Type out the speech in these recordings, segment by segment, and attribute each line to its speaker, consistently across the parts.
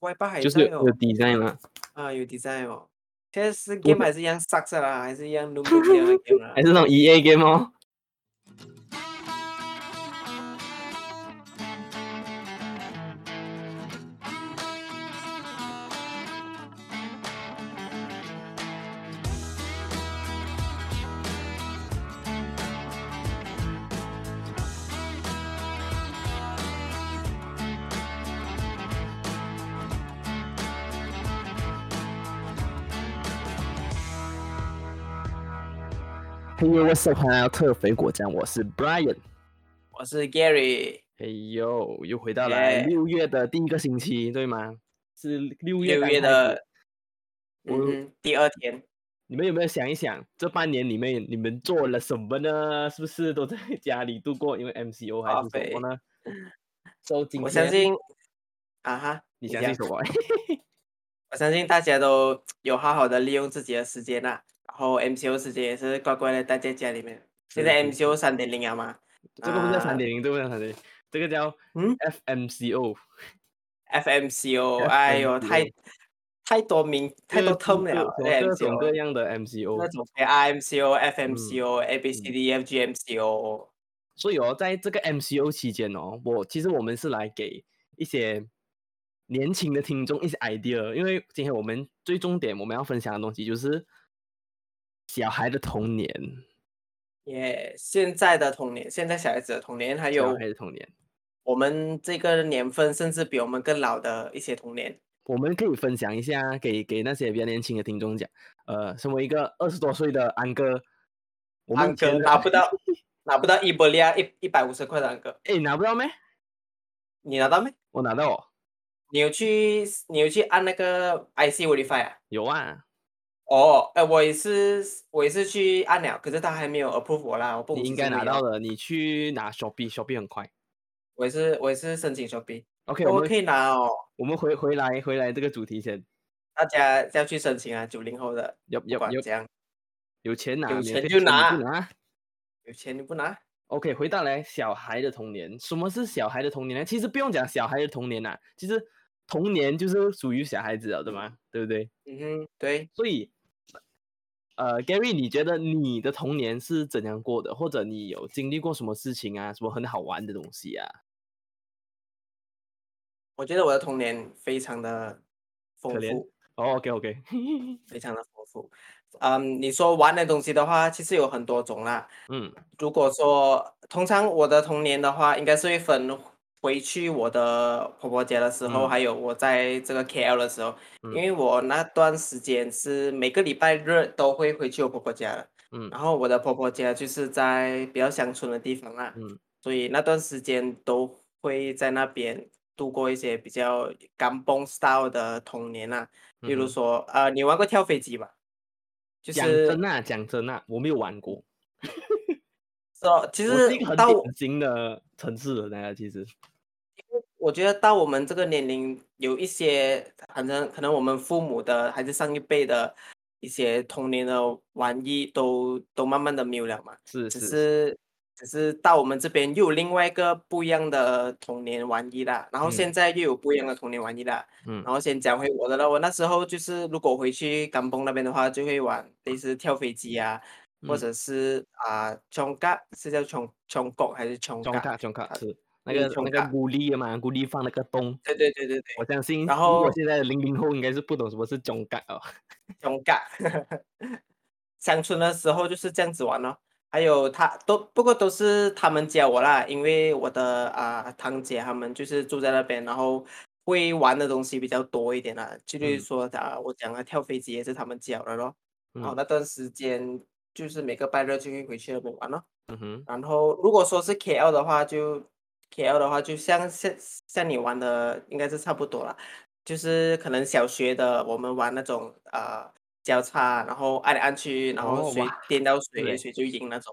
Speaker 1: Wipe 还
Speaker 2: 就是
Speaker 1: 在
Speaker 2: 有
Speaker 1: 哦
Speaker 2: 有 design 啦，
Speaker 1: 啊，有 design 哦。现在是
Speaker 2: 我
Speaker 1: game 还是一样 sucks 啦，还是一样 n u m b e 一 样的 game 啦
Speaker 2: 还。是那种 EA game 哦。Hey what's up？欢迎来到特肥果酱，我是 Brian。
Speaker 1: 我是 Gary，
Speaker 2: 哎呦，又回到来
Speaker 1: Yeah
Speaker 2: 六月的第一个星期，对吗？是六月
Speaker 1: 六
Speaker 2: 刚
Speaker 1: 月
Speaker 2: 开始
Speaker 1: 的，
Speaker 2: 我
Speaker 1: 嗯哼，第二天。
Speaker 2: 你们有没有想一想，这半年里面你们做了什么呢？是不是都在家里度过？因为 MCO 还
Speaker 1: 花
Speaker 2: 是什
Speaker 1: 费
Speaker 2: 么呢？收今
Speaker 1: 我相
Speaker 2: 天
Speaker 1: 信，啊哈，
Speaker 2: 你相
Speaker 1: 讲
Speaker 2: 信什么？
Speaker 1: 我相信大家都有好好的利用自己的时间啦、然后 MCO 时间也是乖乖的待在家里面。现
Speaker 2: 是
Speaker 1: 在
Speaker 2: 是
Speaker 1: MCO 三点零啊嘛，
Speaker 2: 这个不叫
Speaker 1: 啊
Speaker 2: 三点零，这个不叫三点零，这个叫
Speaker 1: 嗯
Speaker 2: FMCO。
Speaker 1: FMCO，哎呦，太
Speaker 2: FMCO
Speaker 1: 太多名太
Speaker 2: 各
Speaker 1: 多 term
Speaker 2: 各
Speaker 1: 了，
Speaker 2: 各
Speaker 1: 这
Speaker 2: 各种各
Speaker 1: MCO
Speaker 2: 样的
Speaker 1: 那
Speaker 2: MCO。
Speaker 1: 种 RMCO、FMCO、ABCDFGMCO，
Speaker 2: 所以哦，在这个 MCO 期间哦，我其实我们是来给一些年轻的听众一些 idea，因为今天我们最重点我们要分享的东西就是小孩的童年，
Speaker 1: 耶现在的童年，现在小孩子的童年，还
Speaker 2: 小
Speaker 1: 有
Speaker 2: 孩的童年，
Speaker 1: 我们这个年份，甚至比我们更老的一些童年，
Speaker 2: 我们可以分享一下给给那些比较年轻的听众讲，呃，身为一个二十多岁的安哥，我们
Speaker 1: 安
Speaker 2: 以前
Speaker 1: 哥
Speaker 2: 的
Speaker 1: 拿不到拿不到伊波利亚一一百五十块的安哥，
Speaker 2: 诶，拿不到咩？
Speaker 1: 你拿到没？
Speaker 2: 我拿到哦，
Speaker 1: 你有去你有去按那个 IC Verify 啊？
Speaker 2: 有啊，
Speaker 1: 哦，哎，我也是，我也是去按了，可是他还没有 approve 我啦，我不
Speaker 2: 你应该拿到
Speaker 1: 啊
Speaker 2: 的，你去拿 Shopee，Shopee 很快。
Speaker 1: 我也是，我也是申请 Shopee，
Speaker 2: OK，
Speaker 1: 我
Speaker 2: 我
Speaker 1: 可
Speaker 2: 们
Speaker 1: 以拿哦，
Speaker 2: 我们回回来回来这个主题先，
Speaker 1: 大家要去申请啊，九零后的，
Speaker 2: 有
Speaker 1: 不
Speaker 2: 有
Speaker 1: 管
Speaker 2: 有
Speaker 1: 怎样，
Speaker 2: 有钱拿，
Speaker 1: 有
Speaker 2: 免
Speaker 1: 钱就
Speaker 2: 费吃你
Speaker 1: 拿
Speaker 2: 拿。
Speaker 1: 有钱你不拿，
Speaker 2: OK，回到来小孩的童年，什么是小孩的童年呢？其实不用讲小孩的童年啦、其实童年就是属于小孩子了的嘛，对不对？
Speaker 1: 嗯哼，对，
Speaker 2: 所以，呃，Gary，你觉得你的童年是怎样过的？或者你有经历过什么事情啊？什么很好玩的东西啊？
Speaker 1: 我觉得我的童年非常的丰
Speaker 2: 可怜
Speaker 1: 富，
Speaker 2: 哦，OK，OK、o k OK，
Speaker 1: 非常的丰富，嗯，你说玩的东西的话，其实有很多种啦，
Speaker 2: 嗯，
Speaker 1: 如果说通常我的童年的话，应该是会分回去我的婆婆家的时候，
Speaker 2: 嗯
Speaker 1: 还有我在这个 KL 的时候，
Speaker 2: 嗯
Speaker 1: 因为我那段时间是每个礼拜日都会回去我婆婆家的。
Speaker 2: 嗯
Speaker 1: 然后我的婆婆家就是在比较乡村的地方啦，
Speaker 2: 嗯，
Speaker 1: 所以那段时间都会在那边度过一些比较 kampung style 的童年啦。例如
Speaker 2: 嗯哼
Speaker 1: 说，呃，你玩过跳飞机吧？就
Speaker 2: 讲
Speaker 1: 是
Speaker 2: 真啊，讲真啊，我没有玩过，
Speaker 1: 说，其
Speaker 2: 我
Speaker 1: 实
Speaker 2: 是一个很
Speaker 1: 到我
Speaker 2: 典型的城市人来的，其实，
Speaker 1: 我觉得到我们这个年龄，有一些可能可能我们父母的还是上一辈的一些童年的玩意都都慢慢的没有了嘛，
Speaker 2: 是
Speaker 1: 只
Speaker 2: 是
Speaker 1: 是只是到我们这边又有另外一个不一样的童年玩意啦，然后
Speaker 2: 嗯
Speaker 1: 现在又有不一样的童年玩意啦。
Speaker 2: 嗯
Speaker 1: 然后先讲回我的了，我那时候就是如果回去甘崩那边的话，就会玩类似跳飞机啊，或
Speaker 2: 嗯
Speaker 1: 者是啊琼嘎是叫琼琼国还是琼
Speaker 2: 中
Speaker 1: 嘎？
Speaker 2: 卡中卡
Speaker 1: 啊
Speaker 2: 是那
Speaker 1: 嗯
Speaker 2: 个
Speaker 1: 中
Speaker 2: 那个
Speaker 1: 卡
Speaker 2: 孤立的嘛，孤立放那个洞。
Speaker 1: 对对对对对。
Speaker 2: 我相信，
Speaker 1: 然后
Speaker 2: 我现在的零零后应该是不懂什么是中卡哦。
Speaker 1: 勇敢。 乡村的时候就是这样子玩咯、还有他都不过都是他们教我啦，因为我的啊、堂姐他们就是住在那边，然后会玩的东西比较多一点啦。就例
Speaker 2: 嗯
Speaker 1: 如说啊、我讲的跳飞机也是他们教的咯。然后
Speaker 2: 嗯
Speaker 1: 那段时间就是每个拜日就会回去那边玩咯。
Speaker 2: 嗯哼，
Speaker 1: 然后如果说是 KL 的话，就 KL 的话，就像像像你玩的应该是差不多啦，就是可能小学的我们玩那种呃交叉，然后按来按去，然
Speaker 2: 哦
Speaker 1: 后谁
Speaker 2: 哇
Speaker 1: 颠到
Speaker 2: 对
Speaker 1: 谁谁就赢那种，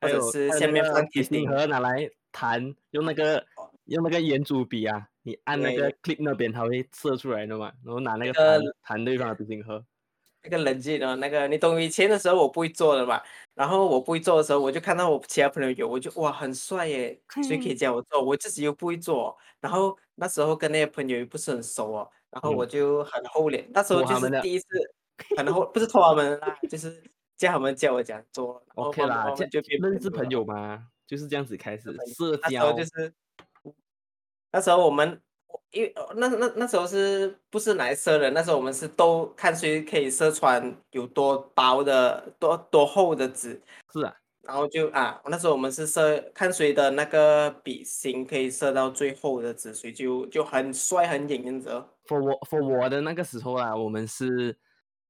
Speaker 2: 还
Speaker 1: 或者
Speaker 2: 有
Speaker 1: 是
Speaker 2: 还有
Speaker 1: 下
Speaker 2: 那
Speaker 1: 面
Speaker 2: 个
Speaker 1: 放
Speaker 2: 笔
Speaker 1: 铁钉
Speaker 2: 芯盒拿来弹，用那个用那个圆珠笔啊，你按那
Speaker 1: 哦对
Speaker 2: 个 click 那边它会射出来的嘛，然后拿那个
Speaker 1: 那
Speaker 2: 弹
Speaker 1: 个
Speaker 2: 弹对方的笔芯盒。
Speaker 1: 那个冷静哦，那个你懂以前的时候我不会做的嘛，然后我不会做的时候，我就看到我其他朋友有，我就哇很帅耶，谁可以教我做？我自己又不会做，然后那时候跟那些朋友又不是很熟哦，然后我就很厚脸，那时候
Speaker 2: 嗯拖他
Speaker 1: 就
Speaker 2: 们
Speaker 1: 是
Speaker 2: 的
Speaker 1: 第一次很厚，不是拖他们啦，就是叫他们教我讲做然后
Speaker 2: OK
Speaker 1: 慢慢
Speaker 2: 啦，
Speaker 1: 慢
Speaker 2: 这
Speaker 1: 慢就变
Speaker 2: 认识
Speaker 1: 朋
Speaker 2: 朋
Speaker 1: 友了。
Speaker 2: 友嘛，就是这样子开始
Speaker 1: 朋友
Speaker 2: 社
Speaker 1: 那时
Speaker 2: 交
Speaker 1: 候，就是，那时候我们，我因为那那那时候是不是来射人？那时候我们是都看谁可以射穿有多薄的、多多厚的纸，
Speaker 2: 是啊，
Speaker 1: 然后就啊，那时候我们是射看谁的那个笔芯可以射到最厚的纸，谁就就很帅很引人者。
Speaker 2: for 我 for 我的那个时候啊啦，我们是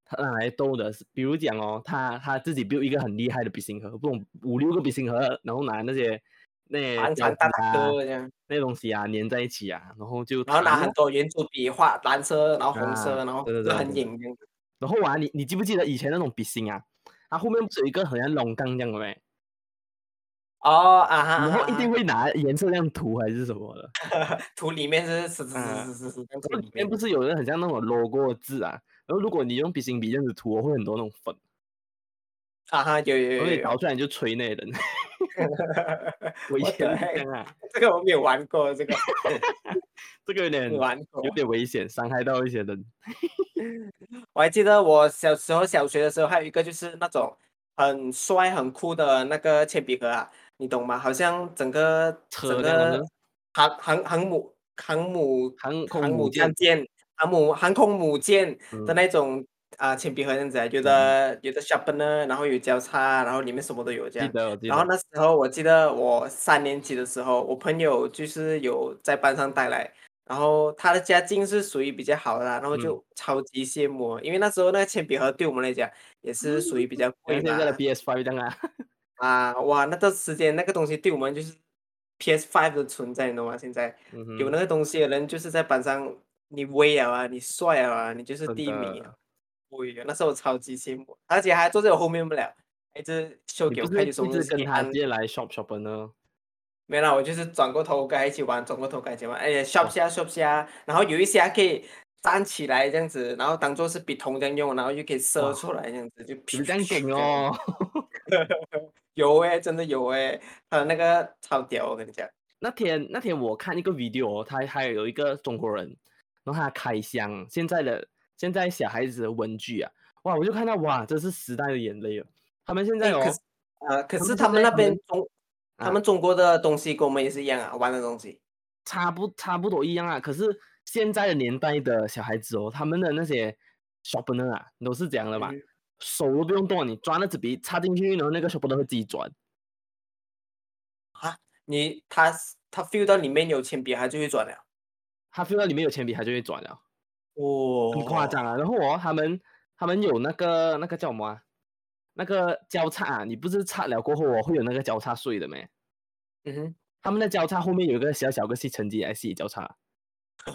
Speaker 2: 他拿来斗的，是比如讲哦，他他自己 build 一个很厉害的笔芯盒，不懂五六个笔芯盒，然后拿那些那些
Speaker 1: 长
Speaker 2: 胶
Speaker 1: 长
Speaker 2: 纸
Speaker 1: 大大
Speaker 2: 啊
Speaker 1: 哥这样，
Speaker 2: 那些东西啊粘在一起啊，然后就
Speaker 1: 然后拿
Speaker 2: 弹
Speaker 1: 很
Speaker 2: 咯
Speaker 1: 多圆珠笔画蓝色，然后红
Speaker 2: 啊
Speaker 1: 色，然后
Speaker 2: 对对
Speaker 1: 就
Speaker 2: 对
Speaker 1: 很
Speaker 2: 对
Speaker 1: 引人。
Speaker 2: 然后啊，你你记不记得以前那种笔芯啊？它后面不是有一个很像龙杠这样的没？
Speaker 1: 哦啊哈，啊
Speaker 2: 然后
Speaker 1: 哈
Speaker 2: 一定会拿颜色这样涂还是什么的？
Speaker 1: 图里面是是是
Speaker 2: 啊
Speaker 1: 是是是，
Speaker 2: 然后里面不是有人很像那种 logo 的字啊？然后如果你用笔芯笔这样子涂哦，会很多那种粉，
Speaker 1: 啊哈，有有有
Speaker 2: 然后
Speaker 1: 有
Speaker 2: 你
Speaker 1: 有，
Speaker 2: 倒出来你就吹那人。 我以
Speaker 1: What the
Speaker 2: 前是
Speaker 1: heck？
Speaker 2: 这样啊，
Speaker 1: 这个我没有玩过，这个
Speaker 2: 这个有点
Speaker 1: 没玩过
Speaker 2: 有。点危险，伤害到一些人。
Speaker 1: 我还记得我小时候小学的时候，还有一个就是那种很帅很酷的那个铅笔盒啊，你懂吗？好像整个
Speaker 2: 车
Speaker 1: 整
Speaker 2: 这样的
Speaker 1: 个航航航母航母
Speaker 2: 航空
Speaker 1: 航
Speaker 2: 母
Speaker 1: 母
Speaker 2: 舰
Speaker 1: 战舰航母航空母舰的
Speaker 2: 嗯
Speaker 1: 那种啊铅笔盒这样子啊，有的有的 sharpener，然后有交叉，然后里面什么都有这
Speaker 2: 记
Speaker 1: 样。
Speaker 2: 得我记
Speaker 1: 然后
Speaker 2: 得，
Speaker 1: 那时候我记得我三年级的时候，我朋友就是有在班上带来，然后他的家境是属于比较好的啦，然后
Speaker 2: 嗯
Speaker 1: 就超级羡慕我，因为那时候那个铅笔盒对我们来讲也是属于比较
Speaker 2: 像
Speaker 1: 贵
Speaker 2: 现
Speaker 1: 嘛。
Speaker 2: 在的 BS Five 这样 啊，
Speaker 1: 啊，哇，那段时间那个东西对我们就是 PS Five 的存在，你懂吗？现在
Speaker 2: 嗯哼
Speaker 1: 有那个东西的人，就是在班上你威了啊，你帅了啊，你就是
Speaker 2: 真
Speaker 1: 第一名啊
Speaker 2: 的。
Speaker 1: 我也有，那时候我超级羡慕，而且还坐在我后面不了，还一直秀
Speaker 2: 你
Speaker 1: 给
Speaker 2: 不
Speaker 1: 我
Speaker 2: 是
Speaker 1: 看，
Speaker 2: 一
Speaker 1: 有什么东
Speaker 2: 直
Speaker 1: 西可
Speaker 2: 跟
Speaker 1: 以
Speaker 2: 他
Speaker 1: 按
Speaker 2: 借来 shop shop 呢？
Speaker 1: 没啦，我就是转过头跟他一起玩，转过头跟他一起玩，哎
Speaker 2: 嗯
Speaker 1: 呀，shop 下 shop 下，啊然后有一些还可以站起来这样子，然后当做是笔筒这样用，然后又可以射
Speaker 2: 哇
Speaker 1: 出来这样子，就
Speaker 2: 你们这样
Speaker 1: 这
Speaker 2: 顶
Speaker 1: 样
Speaker 2: 哦。
Speaker 1: 有哎、真的有哎、他的那个超屌，我跟你讲，
Speaker 2: 那天那天我看一个 video，哦他还有一个中国人，然后他开箱现在的现在小孩子的文具啊，哇，我就看到哇，这是时代的眼泪哦。他们现
Speaker 1: 哎
Speaker 2: 在哦，
Speaker 1: 可是呃，可
Speaker 2: 他
Speaker 1: 是
Speaker 2: 们现
Speaker 1: 他们
Speaker 2: 在
Speaker 1: 那
Speaker 2: 他
Speaker 1: 边
Speaker 2: 们
Speaker 1: 中，他
Speaker 2: 啊
Speaker 1: 们中国的东西跟我们也是一样啊，玩的东西，
Speaker 2: 差不差不多一样啊。可是现在的年代的小孩子哦，他们的那些 sharpener 啊，都是这样的
Speaker 1: 嗯
Speaker 2: 嘛，
Speaker 1: 哼
Speaker 2: 手都不用动，你抓那支笔插进去，然后那个 sharpener 会自己转。
Speaker 1: 啊，你他他 feel 到里面有铅笔，他就会转了，
Speaker 2: 他 feel 到里面有铅笔，他就会转了，
Speaker 1: 哇
Speaker 2: 很夸，张啊。然后哦，他们他们有那个那个叫什么啊？那个交叉、啊，你不是擦了过后哦，会有那个交叉碎的没？
Speaker 1: 嗯
Speaker 2: 他们的交叉后面有一个小小个吸尘机来吸交叉，
Speaker 1: 哼，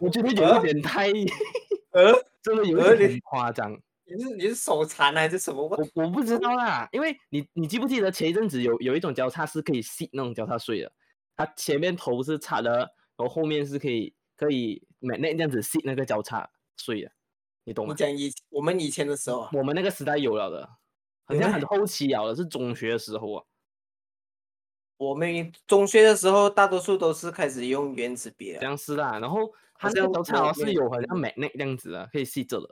Speaker 2: 我觉得
Speaker 1: 啊
Speaker 2: 有一点太，
Speaker 1: 呃，
Speaker 2: 真的
Speaker 1: 呃
Speaker 2: 有一
Speaker 1: 你
Speaker 2: 点很夸张。
Speaker 1: 你是你是手残还是什么？我
Speaker 2: 我我不知道啦，因为你你记不记得前一阵子有有一种交叉是可以吸那种交叉碎的，它前面头是插的，然后后面是可以可以买那这样子吸那个交叉碎的，你懂
Speaker 1: 你
Speaker 2: 吗？
Speaker 1: 讲以我们以前的时候啊，
Speaker 2: 我们那个时代有了的，好
Speaker 1: 有
Speaker 2: 像
Speaker 1: 咩
Speaker 2: 很后期了的，是中学的时候啊。
Speaker 1: 我们中学的时候大多数都是开始用原子笔
Speaker 2: 这
Speaker 1: 了。
Speaker 2: 样是啦。然后它那
Speaker 1: 像
Speaker 2: 个交叉
Speaker 1: 我
Speaker 2: 哦
Speaker 1: 没
Speaker 2: 是
Speaker 1: 有
Speaker 2: 有好像 magnet 这样子的，可以吸着的，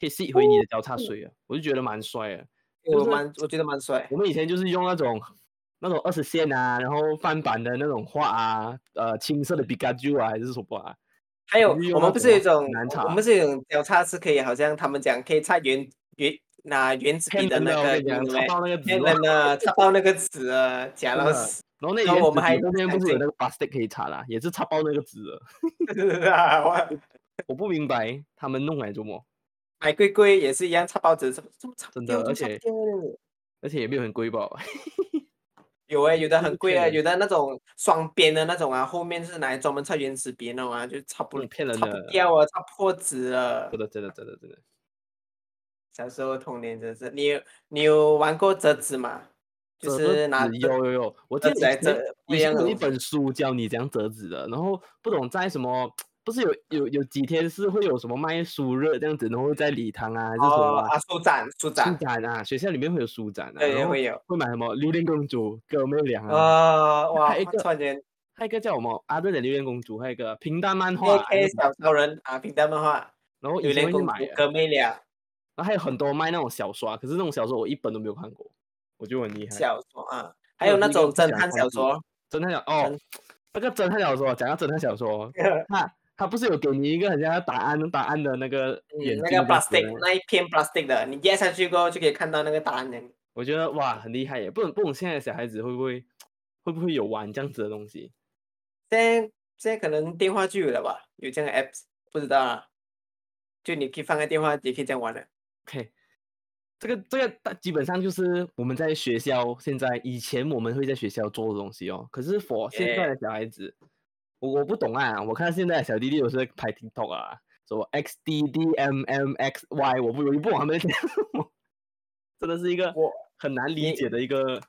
Speaker 2: 可以吸回
Speaker 1: 哦
Speaker 2: 你的交
Speaker 1: 嗯
Speaker 2: 叉水啊，我就觉得蛮帅的。就
Speaker 1: 我
Speaker 2: 是
Speaker 1: 蛮我觉得蛮帅
Speaker 2: 我，们以前就是用那种那种二十线啊，然后翻版的那种画啊，呃，青色的 Pikachu 啊，还是什么啊？
Speaker 1: 还有
Speaker 2: 你是
Speaker 1: 我
Speaker 2: 用
Speaker 1: 们
Speaker 2: 那
Speaker 1: 不
Speaker 2: 种
Speaker 1: 是有一
Speaker 2: 吗
Speaker 1: 种
Speaker 2: 难
Speaker 1: 我
Speaker 2: 查
Speaker 1: 我们是有一种交叉是可以，好像他们讲可以插原原拿原子
Speaker 2: 骗
Speaker 1: 笔的
Speaker 2: 人
Speaker 1: 那
Speaker 2: 的，我
Speaker 1: 个
Speaker 2: 跟你
Speaker 1: 印
Speaker 2: 讲，
Speaker 1: 的
Speaker 2: 插
Speaker 1: 呗，
Speaker 2: 到那个纸
Speaker 1: 骗
Speaker 2: 哦。
Speaker 1: 人的，插到那个纸啊，假
Speaker 2: 真
Speaker 1: 到
Speaker 2: 的
Speaker 1: 死，
Speaker 2: 然后那
Speaker 1: 然后
Speaker 2: 原
Speaker 1: 我
Speaker 2: 子
Speaker 1: 们还
Speaker 2: 笔后面
Speaker 1: 相
Speaker 2: 不是
Speaker 1: 信
Speaker 2: 有那个 plastic 可以插啦，也是插爆那个纸的。
Speaker 1: 啊我
Speaker 2: 我不明白他们弄来做么，
Speaker 1: 买贵贵也是一样，插报纸，怎么怎么插
Speaker 2: 真
Speaker 1: 掉，
Speaker 2: 的
Speaker 1: 怎么
Speaker 2: 而
Speaker 1: 插
Speaker 2: 且
Speaker 1: 掉这样子
Speaker 2: 而且也没有很贵吧？
Speaker 1: 有哎、有的
Speaker 2: 是
Speaker 1: 很
Speaker 2: 不
Speaker 1: 贵
Speaker 2: 骗
Speaker 1: 啊，
Speaker 2: 人
Speaker 1: 有的那种双边的那种啊，后面是拿来专门插原子笔那种啊，就插不
Speaker 2: 你骗人
Speaker 1: 插不
Speaker 2: 嗯的，
Speaker 1: 掉啊，插破纸啊了
Speaker 2: 真。的真的真的真的。
Speaker 1: 小时候童年真是，你有你有玩过折纸吗？就
Speaker 2: 折
Speaker 1: 是拿
Speaker 2: 纸
Speaker 1: 折
Speaker 2: 有有有，我记
Speaker 1: 折
Speaker 2: 得
Speaker 1: 纸
Speaker 2: 以
Speaker 1: 来折不
Speaker 2: 前以
Speaker 1: 一样
Speaker 2: 前
Speaker 1: 的
Speaker 2: 有一
Speaker 1: 东西。
Speaker 2: 本书教你怎样折纸的，然后不懂在什么不是有有有几天是会有什么卖书热这样子，然后在礼堂啊还是什么
Speaker 1: 哦啊，书展书
Speaker 2: 书
Speaker 1: 展，
Speaker 2: 展啊，学校里面会有书展啊，
Speaker 1: 对，
Speaker 2: 然后
Speaker 1: 会有。
Speaker 2: 会买什么榴莲公主、哥妹俩啊，
Speaker 1: 呃，哇，
Speaker 2: 还有一个
Speaker 1: 突然间
Speaker 2: 还有一个叫什么阿对的榴莲公主，还有一个平淡漫画
Speaker 1: A
Speaker 2: 还
Speaker 1: K
Speaker 2: 是什么，
Speaker 1: 小超人啊，平淡漫画，
Speaker 2: 然后
Speaker 1: 有
Speaker 2: 以前
Speaker 1: 连
Speaker 2: 会
Speaker 1: 公主
Speaker 2: 去买的，啊
Speaker 1: 哥妹俩
Speaker 2: 然后还有很多卖那种小说啊，可是那种小说我一本都没有看过，我觉得很厉害。
Speaker 1: 小说 啊，还
Speaker 2: 还
Speaker 1: 有
Speaker 2: 有
Speaker 1: 那
Speaker 2: 一个
Speaker 1: 种
Speaker 2: 不
Speaker 1: 侦
Speaker 2: 想
Speaker 1: 探
Speaker 2: 看
Speaker 1: 小
Speaker 2: 的
Speaker 1: 说，
Speaker 2: 侦探小哦，那个侦探小说，讲到侦探小说， 它它不是有给你一个很像答案答案的那个
Speaker 1: 嗯，那
Speaker 2: 眼镜这
Speaker 1: 个
Speaker 2: 样子
Speaker 1: plastic
Speaker 2: 吗
Speaker 1: 那一片 plastic 的，你压下去过后就可以看到那个答案了。
Speaker 2: 我觉得哇很厉害耶，不懂不懂现在的小孩子会不会会不会有玩这样子的东西？
Speaker 1: 现在现在可能电话就有了吧，有这样的 apps，不知道啊。就你可以放在电话，也可以这样玩的。
Speaker 2: OK，这个这个大基本上就是我们在学校现在以前我们会在学校做的东西哦。可是 for 现在的小孩子，我我不懂啊。我看现在的小弟弟有时候拍 TikTok 啊，什么 XDDMMXY，我不我不懂他们在讲什么，真的是一个
Speaker 1: 我
Speaker 2: 很难理
Speaker 1: 你
Speaker 2: 解的一个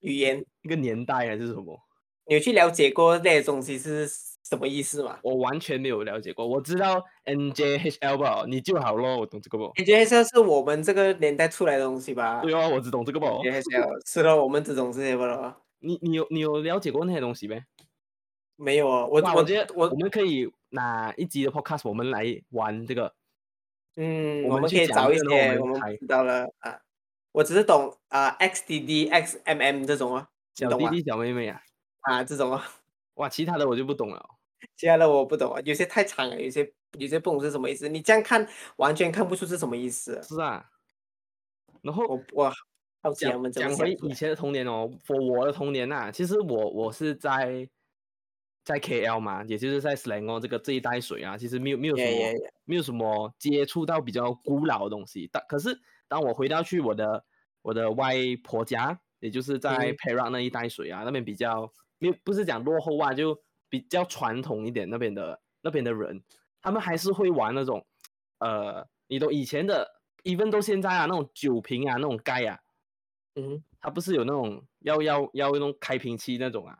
Speaker 1: 语言，
Speaker 2: 一个年代还是什么，
Speaker 1: 你有去了解过那些东西是什么意思吗？
Speaker 2: 我完全没有了解过。我知道 NJHL 吧，你就好咯，我懂这个不？
Speaker 1: 感觉这是我们这个年代出来的东西吧？
Speaker 2: 对啊，我只懂这个不？
Speaker 1: NJHL 吃了我们只懂这些不了。
Speaker 2: 你你有你有了解过那些东西没？
Speaker 1: 没有啊，我
Speaker 2: 哇
Speaker 1: 我
Speaker 2: 我觉得我
Speaker 1: 我
Speaker 2: 们可以哪一集的 podcast 我们来玩这个？
Speaker 1: 嗯，
Speaker 2: 我
Speaker 1: 我
Speaker 2: 们
Speaker 1: 们
Speaker 2: 去
Speaker 1: 可以
Speaker 2: 讲
Speaker 1: 找
Speaker 2: 这
Speaker 1: 一
Speaker 2: 个然后
Speaker 1: 些我
Speaker 2: 我们
Speaker 1: 们
Speaker 2: 猜
Speaker 1: 不知道了啊。我只是懂啊 XDD、XMM 这种啊，你
Speaker 2: 小
Speaker 1: 懂
Speaker 2: 弟
Speaker 1: 吗？
Speaker 2: 弟小妹妹啊，
Speaker 1: 啊，这种啊，
Speaker 2: 哇，其他的我就不懂了。
Speaker 1: 其他的我不懂啊，有些太长了，有些有些不懂是什么意思。你这样看完全看不出是什么意思啊。
Speaker 2: 是啊，然后
Speaker 1: 我我好奇他
Speaker 2: 讲
Speaker 1: 们怎么
Speaker 2: 讲
Speaker 1: 想
Speaker 2: 回
Speaker 1: 出
Speaker 2: 以
Speaker 1: 来。
Speaker 2: 前的童年哦，for 我的童年呐、其实我我是在在 KL 嘛，也就是在 Selangor 这个这一带水啊，其实没有没有什么
Speaker 1: Yeah, yeah, yeah.
Speaker 2: 没有什么接触到比较古老的东西。但可是当我回到去我的我的外婆家，也就是在
Speaker 1: 嗯
Speaker 2: Perak 那一带水啊，那边比较没有不是讲落后啊，就比较传统一点那边的那边的人，他们还是会玩那种呃，你懂以前的，even 都现在啊那种酒瓶啊那种盖啊，
Speaker 1: 嗯，
Speaker 2: 它不是有那种要要要那种开瓶器那种啊，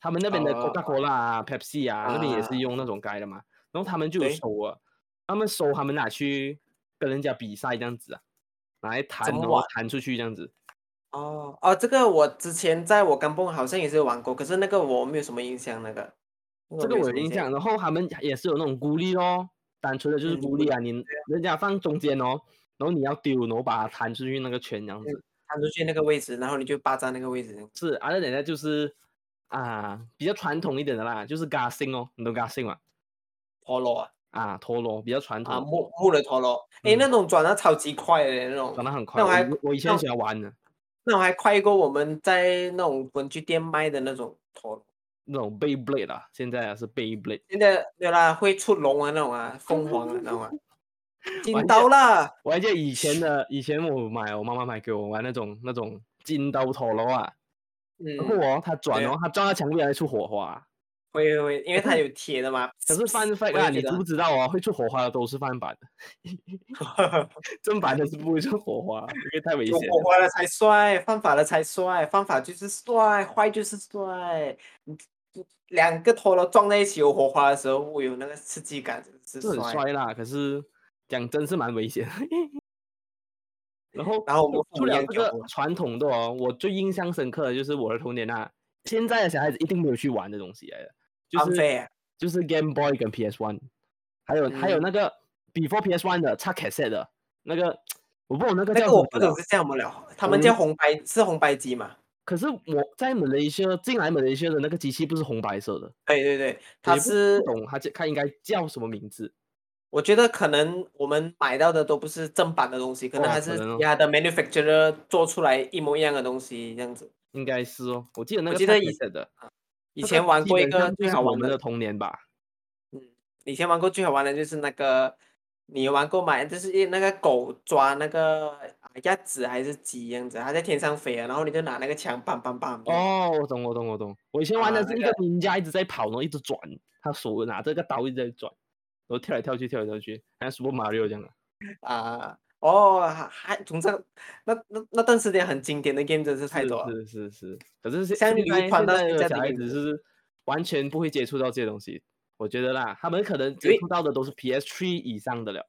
Speaker 2: 他们那边的
Speaker 1: 哦
Speaker 2: Coca Cola 啊、Pepsi 啊，那边也
Speaker 1: 啊
Speaker 2: 是用那种盖的嘛。然后他们就有
Speaker 1: 对
Speaker 2: 收啊，他们收他们拿去跟人家比赛这样子啊，拿来弹，
Speaker 1: 么
Speaker 2: 然后
Speaker 1: 玩
Speaker 2: 弹出去这样子。
Speaker 1: 哦哦，这个我之前在我刚蹦好像也是玩过，可是那个我没有什么印象，那个那
Speaker 2: 这个
Speaker 1: 没
Speaker 2: 我
Speaker 1: 什
Speaker 2: 有
Speaker 1: 么
Speaker 2: 印象。然后他们也是有那种孤立咯，单纯的就是
Speaker 1: 嗯
Speaker 2: 孤
Speaker 1: 孤
Speaker 2: 立
Speaker 1: 立
Speaker 2: 啊，你人家放中间哦，然后你要丢，然后把它弹出去那个圈这样子。
Speaker 1: 弹出去那个位置，然后你就霸占那个位置。
Speaker 2: 是，啊，那人家就是啊比较传统一点的啦，就是 gasing 哦，你懂 gasing 嘛？
Speaker 1: 陀螺啊，
Speaker 2: 啊，陀螺比较传统
Speaker 1: 啊木木的陀螺，诶，那种转的啊超级快的那种，
Speaker 2: 嗯转的啊很快。
Speaker 1: 那我还
Speaker 2: 我我以
Speaker 1: 那
Speaker 2: 前
Speaker 1: 我
Speaker 2: 喜欢玩的
Speaker 1: 那种还快过我们在那种文具店卖的那种陀螺。
Speaker 2: 那种 Beyblade 啊，现在啊是 Beyblade。
Speaker 1: 现在对啦，会出龙啊那种啊，凤凰啊那 种啊，
Speaker 2: 完
Speaker 1: 金
Speaker 2: 全
Speaker 1: 刀啦，
Speaker 2: 我还记得以前的，以前我买我妈妈买给我玩那种那种金刀陀螺啊，然后
Speaker 1: 嗯，
Speaker 2: 哦它转
Speaker 1: 对啊
Speaker 2: 哦，它撞到墙壁还会出火花啊。
Speaker 1: 会会会，因 为它有铁的嘛。
Speaker 2: 可是 fun fact
Speaker 1: 我也
Speaker 2: 啊，
Speaker 1: 觉
Speaker 2: 你知
Speaker 1: 得
Speaker 2: 不知道啊？会出火花的都是翻版的，正版的是不会出火花，因为太危
Speaker 1: 有
Speaker 2: 险了。
Speaker 1: 火花的才帅，犯法的才帅，犯法就是帅，坏就是帅。你你两个陀螺撞在一起有火花的时候，我有那个刺激感，真的是
Speaker 2: 是很
Speaker 1: 帅。
Speaker 2: 帅啦，可是讲真是蛮危险的。 然后，
Speaker 1: 然后我们父
Speaker 2: 除
Speaker 1: 母
Speaker 2: 了
Speaker 1: 养
Speaker 2: 这
Speaker 1: 狗
Speaker 2: 个
Speaker 1: 嘛
Speaker 2: 传统的哦，我最印象深刻的就是我的童年啊，现在的小孩子一定没有去玩的东西来的，就
Speaker 1: 安
Speaker 2: 是
Speaker 1: 飞啊，
Speaker 2: 就是 Game Boy 跟 PS One，还有、还
Speaker 1: 嗯
Speaker 2: 有那个 Before PS One 的插 cassette 的那个，我不懂那个
Speaker 1: 那
Speaker 2: 叫什
Speaker 1: 个我
Speaker 2: 么啊
Speaker 1: 不
Speaker 2: 了
Speaker 1: 懂是叫什么了，他
Speaker 2: 我
Speaker 1: 们
Speaker 2: 们
Speaker 1: 叫红白是红白机嘛？
Speaker 2: 可是我在马来西亚进来马来西亚的那个机器不是红白色的，
Speaker 1: 对对对，它
Speaker 2: 也不
Speaker 1: 是
Speaker 2: 不懂它叫它应该叫什么名字？
Speaker 1: 我觉得可能我们买到的都不是正版的东西，可能
Speaker 2: 哦
Speaker 1: 还
Speaker 2: 可
Speaker 1: 是
Speaker 2: 能哦
Speaker 1: 其他的 manufacturer 做出来一模一样的东西这样子。
Speaker 2: 应该是哦，我记得那
Speaker 1: 我
Speaker 2: 个
Speaker 1: 记
Speaker 2: 插
Speaker 1: 得以
Speaker 2: cassette 的。
Speaker 1: 以
Speaker 2: 这
Speaker 1: 前
Speaker 2: 个
Speaker 1: 玩
Speaker 2: 基
Speaker 1: 过一
Speaker 2: 本
Speaker 1: 个
Speaker 2: 上就
Speaker 1: 最
Speaker 2: 是
Speaker 1: 好
Speaker 2: 我
Speaker 1: 玩
Speaker 2: 们
Speaker 1: 的
Speaker 2: 的，童年吧。
Speaker 1: 嗯，以前玩过最好玩的就是那个，你有玩过吗？就是一那个狗抓那个啊鸭子还是鸡这样子，它在天上飞啊，然后你就拿那个枪棒棒棒。砰，
Speaker 2: 哦，我懂，我懂，我懂。我以前玩的
Speaker 1: 啊
Speaker 2: 是
Speaker 1: 那
Speaker 2: 一个人家一直在跑，然后一直转，他手拿着个刀一直在转，然后跳来跳去，跳来跳去，好像 Super Mario 这样的。
Speaker 1: 啊、哦，还还总之，那那那段时间很经典的 game 真是太多了。
Speaker 2: 是是是是。可是现
Speaker 1: 像
Speaker 2: 现
Speaker 1: 你
Speaker 2: 在
Speaker 1: 传
Speaker 2: 现
Speaker 1: 到
Speaker 2: 在
Speaker 1: 现
Speaker 2: 的
Speaker 1: 在的
Speaker 2: 小孩
Speaker 1: 影
Speaker 2: 子
Speaker 1: 子
Speaker 2: 是完全不会接触到这些东西，我觉得啦，他们可能
Speaker 1: 因
Speaker 2: 接
Speaker 1: 为
Speaker 2: 触到的都是 PS 3以上的了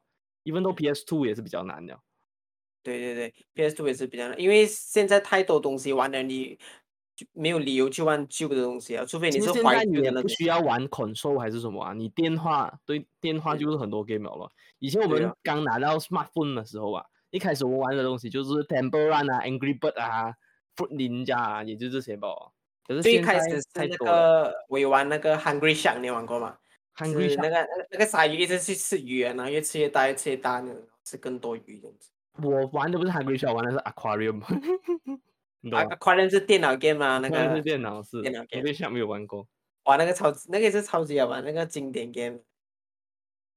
Speaker 2: ，even though PS Two 也是比较难的。
Speaker 1: 对对对，PS Two 也是比较，因为现在太多东西玩了，你就没有理由去玩旧的东西啊，除非你
Speaker 2: 其
Speaker 1: 是
Speaker 2: 实现
Speaker 1: 怀
Speaker 2: 在你
Speaker 1: 旧的
Speaker 2: 也
Speaker 1: 啊那
Speaker 2: 不
Speaker 1: 种。
Speaker 2: 需要玩 console 还是什么啊，你电话对电话就是很多 game 了咯。以前我
Speaker 1: 嗯对啊
Speaker 2: 们刚拿到 smartphone 的时候啊，一开始我们玩的东西就是 Temple Run 啊、Angry Bird 啊、Fruit Ninja 啊，也就这些吧。可是
Speaker 1: 最一
Speaker 2: 现
Speaker 1: 开
Speaker 2: 在
Speaker 1: 始是
Speaker 2: 太
Speaker 1: 那
Speaker 2: 多了
Speaker 1: 个我有玩那个 Hungry Shark，你玩过吗？
Speaker 2: ，Hungry
Speaker 1: 是
Speaker 2: Shark
Speaker 1: 那个那个鲨鱼一直去吃鱼啊，然后越吃越大，越吃越大，然后吃更多鱼这样子。
Speaker 2: 我玩的不是 Hungry Shark，我玩的是 Aquarium。你懂
Speaker 1: 啊
Speaker 2: 吗？
Speaker 1: ，Aquarium 是电脑 game 啊，那
Speaker 2: 虽然是
Speaker 1: 个
Speaker 2: 电脑是
Speaker 1: 电脑
Speaker 2: Hungry Shark 没有玩过。
Speaker 1: 哇，那个超级那个也是超级好玩，那个经典 game。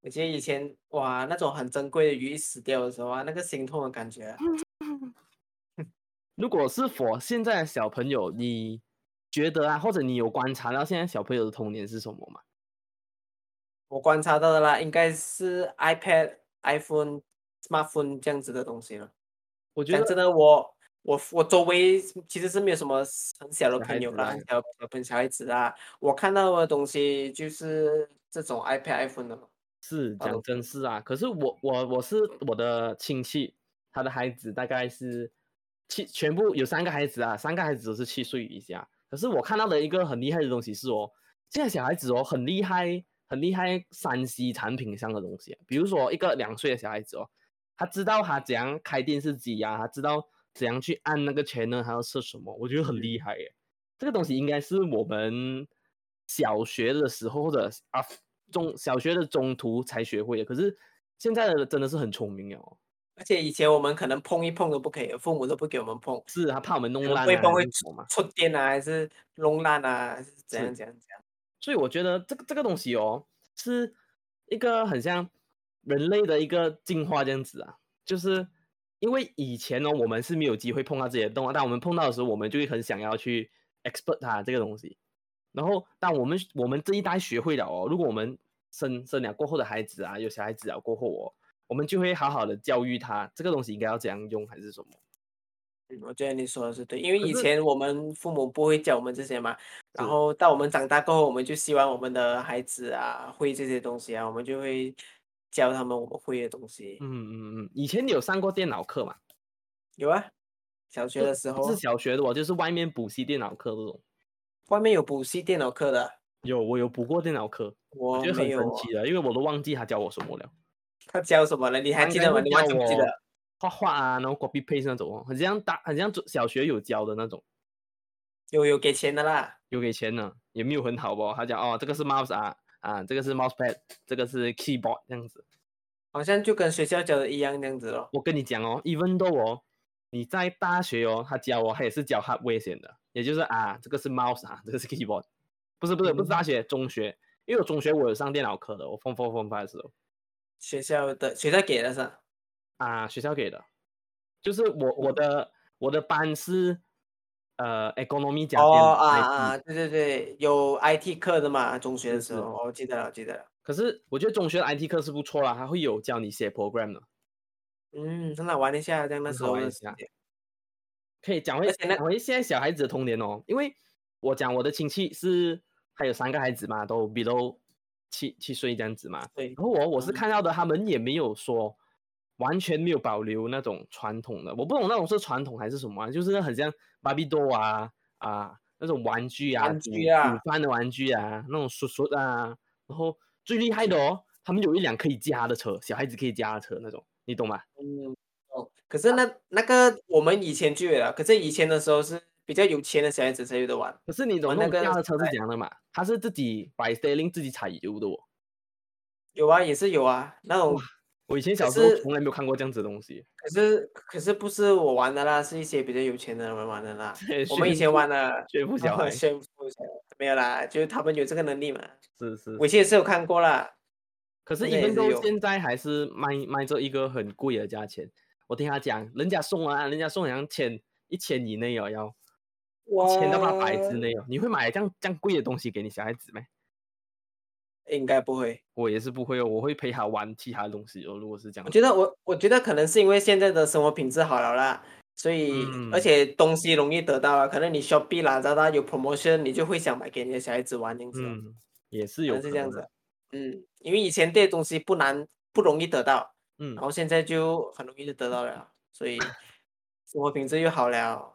Speaker 1: 我记得以前哇，那种很珍贵的鱼死掉的时候啊，那个心痛的感觉啊。
Speaker 2: 嗯如果是否现在的小朋友，你觉得啊，或者你有观察到现在小朋友的童年是什么吗？
Speaker 1: 我观察到的啦，应该是 iPad、iPhone、smartphone 这样子的东西了。
Speaker 2: 我觉
Speaker 1: 讲
Speaker 2: 得
Speaker 1: 真的，我我我周围其实是没有什么很小的
Speaker 2: 小
Speaker 1: 朋
Speaker 2: 孩
Speaker 1: 友
Speaker 2: 子
Speaker 1: 啦，
Speaker 2: 啦
Speaker 1: 很小小朋小孩子啦。我看到的东西就是这种 iPad、iPhone 的嘛。
Speaker 2: 是
Speaker 1: 大
Speaker 2: 讲
Speaker 1: 多
Speaker 2: 真是啊，可是我我我是我的亲戚，他的孩子大概是七，全部有三个孩子啊，三个孩子都是七岁以下。可是我看到的一个很厉害的东西是哦，现在小孩子哦很厉害，很厉害山西产品上的东西啊、比如说一个两岁的小孩子哦，他知道他怎样开电视机呀、他知道怎样去按那个 channel，他要设什么，我觉得很厉害耶。这个东西应该是我们小学的时候或者啊中小学的中途才学会的，可是现在的真的是很聪明哦，
Speaker 1: 而且以前我们可能碰一碰都不可以，父母都不给我们碰，
Speaker 2: 是他怕我们弄
Speaker 1: 可
Speaker 2: 烂、
Speaker 1: 能碰
Speaker 2: 啊、
Speaker 1: 一碰
Speaker 2: 还
Speaker 1: 会
Speaker 2: 是什么嘛。
Speaker 1: 触电啊，还是弄烂啊，还是怎
Speaker 2: 是
Speaker 1: 样怎样怎样。
Speaker 2: 所以我觉得这个这个东西哦，是一个很像人类的一个进化这样子啊，就是因为以前呢、哦我们是没有机会碰到这些动物，但我们碰到的时候，我们就会很想要去 expert 它这个东西。然后，但我们我们这一代学会了哦，如果我们生生了过后的孩子啊，有小孩子了过后哦，我们就会好好的教育他这个东西应该要怎样用还是什么。
Speaker 1: 嗯，我觉得你说的是对，因为
Speaker 2: 可
Speaker 1: 以
Speaker 2: 是
Speaker 1: 前我们父母不会教我们这些嘛，然
Speaker 2: 是
Speaker 1: 后到我们长大过后，我们就希望我们的孩子啊会这些东西啊，我们就会教他们我们会的东西。
Speaker 2: 嗯嗯嗯，以前你有上过电脑课嘛？
Speaker 1: 有啊，小学
Speaker 2: 就
Speaker 1: 的时
Speaker 2: 不
Speaker 1: 候
Speaker 2: 是
Speaker 1: 啊，
Speaker 2: 小学的哦，就是外面补习电脑课这种。
Speaker 1: 外面有补习电脑课的，
Speaker 2: 有，我有补过电脑课，我
Speaker 1: 我
Speaker 2: 觉得
Speaker 1: 没
Speaker 2: 很
Speaker 1: 有
Speaker 2: 神
Speaker 1: 哦。
Speaker 2: 奇的，因为我都忘记他教我什么了。
Speaker 1: 他教什么了？你还
Speaker 2: 他应
Speaker 1: 记
Speaker 2: 该
Speaker 1: 得吗？
Speaker 2: 会
Speaker 1: 你
Speaker 2: 教
Speaker 1: 完全不记
Speaker 2: 我
Speaker 1: 得。
Speaker 2: 画画啊，然后 copy paste 那种哦，很像大，很像中小学有教的那种，
Speaker 1: 有有给钱的啦，
Speaker 2: 有给钱呢，也没有很好吧。他讲哦，这个是 mouse 啊，啊，这个是 mouse pad，这个是 keyboard 这样子。
Speaker 1: 好像就跟学校教的一样那样子咯。
Speaker 2: 我跟你讲哦，even though 哦，你在大学哦，他教我，他也是教 hardware 先的，也就是啊，这个是 mouse 啊，这个是 keyboard，不是不是不是大学，中学，因为我中学我有上电脑课的，我 form four form five 的时候。
Speaker 1: 学校的学校给的是吧
Speaker 2: 啊，学校给的，就是我我的我的班是呃 economy 加电
Speaker 1: 哦
Speaker 2: 脑
Speaker 1: 啊
Speaker 2: IT
Speaker 1: 啊，对对对，有 IT 课的嘛，中学的
Speaker 2: 是
Speaker 1: 时
Speaker 2: 是
Speaker 1: 候，我、记得了，我记得了。
Speaker 2: 可是我觉得中学的 IT 课是不错啦，它会有教你写 program 的。
Speaker 1: 嗯，很好玩一下，这样那
Speaker 2: 很
Speaker 1: 时
Speaker 2: 好
Speaker 1: 候
Speaker 2: 玩
Speaker 1: 的
Speaker 2: 一
Speaker 1: 时
Speaker 2: 下
Speaker 1: 间
Speaker 2: 可以讲
Speaker 1: 而
Speaker 2: 回
Speaker 1: 且那
Speaker 2: 讲回现在小孩子的童年哦，因为我讲我的亲戚是还有三个孩子嘛，都 below 七七岁这样子嘛。
Speaker 1: 对，
Speaker 2: 然后我我是
Speaker 1: 嗯
Speaker 2: 看到的，他们也没有说完全没有保留那种传统的，我不懂那种是传统还是什么、啊，就是很像芭比 doll 啊啊那种玩具啊，
Speaker 1: 玩
Speaker 2: 煮
Speaker 1: 具啊
Speaker 2: 煮饭的玩具啊，那种叔叔啊，然后最厉害的哦，他们有一辆可以驾的车，小孩子可以驾的车那种，你懂吗？
Speaker 1: 嗯，哦，可是那那个我们以前就有了，可是以前的时候是比较有钱的小孩子才有的玩。
Speaker 2: 可是你懂
Speaker 1: 玩
Speaker 2: 那
Speaker 1: 那
Speaker 2: 个
Speaker 1: 个
Speaker 2: 驾的车是
Speaker 1: 哎
Speaker 2: 怎样的嘛？它是自己摆 steering 自己踩油的哦。
Speaker 1: 有啊，也是有啊，那种
Speaker 2: 我以前
Speaker 1: 可
Speaker 2: 小时候
Speaker 1: 是
Speaker 2: 从来没有看过这样子的东西。
Speaker 1: 可是可是不是我玩的啦，是一些比较有钱的人玩的啦。我们以前玩的，
Speaker 2: 炫 富小哎孩是
Speaker 1: 炫富小孩没有啦，就是他们有这个能力嘛。
Speaker 2: 是是
Speaker 1: 我，以前也是有看过啦，
Speaker 2: 可是
Speaker 1: 现在也
Speaker 2: even
Speaker 1: 是
Speaker 2: though
Speaker 1: 有
Speaker 2: 现在还是卖卖这一个很贵的价钱。我听他讲，人家送啊，人家送好像千一千以内哦，要
Speaker 1: 哇
Speaker 2: 一千到八百之内哦。你会买这样这样贵的东西给你小孩子吗？
Speaker 1: 应该不会。
Speaker 2: 我也是不会哦，我会陪他玩其他东西哦。如果是这样
Speaker 1: 我觉
Speaker 2: 的话，
Speaker 1: 得我我觉得可能是因为现在的生活品质好了啦，所以、而
Speaker 2: 嗯
Speaker 1: 且东西容易得到啊，可能你 Shopee 啦、Lazada 有 promotion，你就会想买给你的小孩子玩这样子哦。
Speaker 2: 嗯，也是有
Speaker 1: 能是
Speaker 2: 可
Speaker 1: 这样
Speaker 2: 能的
Speaker 1: 子嗯，因为以前这些东西不难，不容易得到，
Speaker 2: 嗯
Speaker 1: 然后现在就很容易就得到了，所 以生活品质又好了。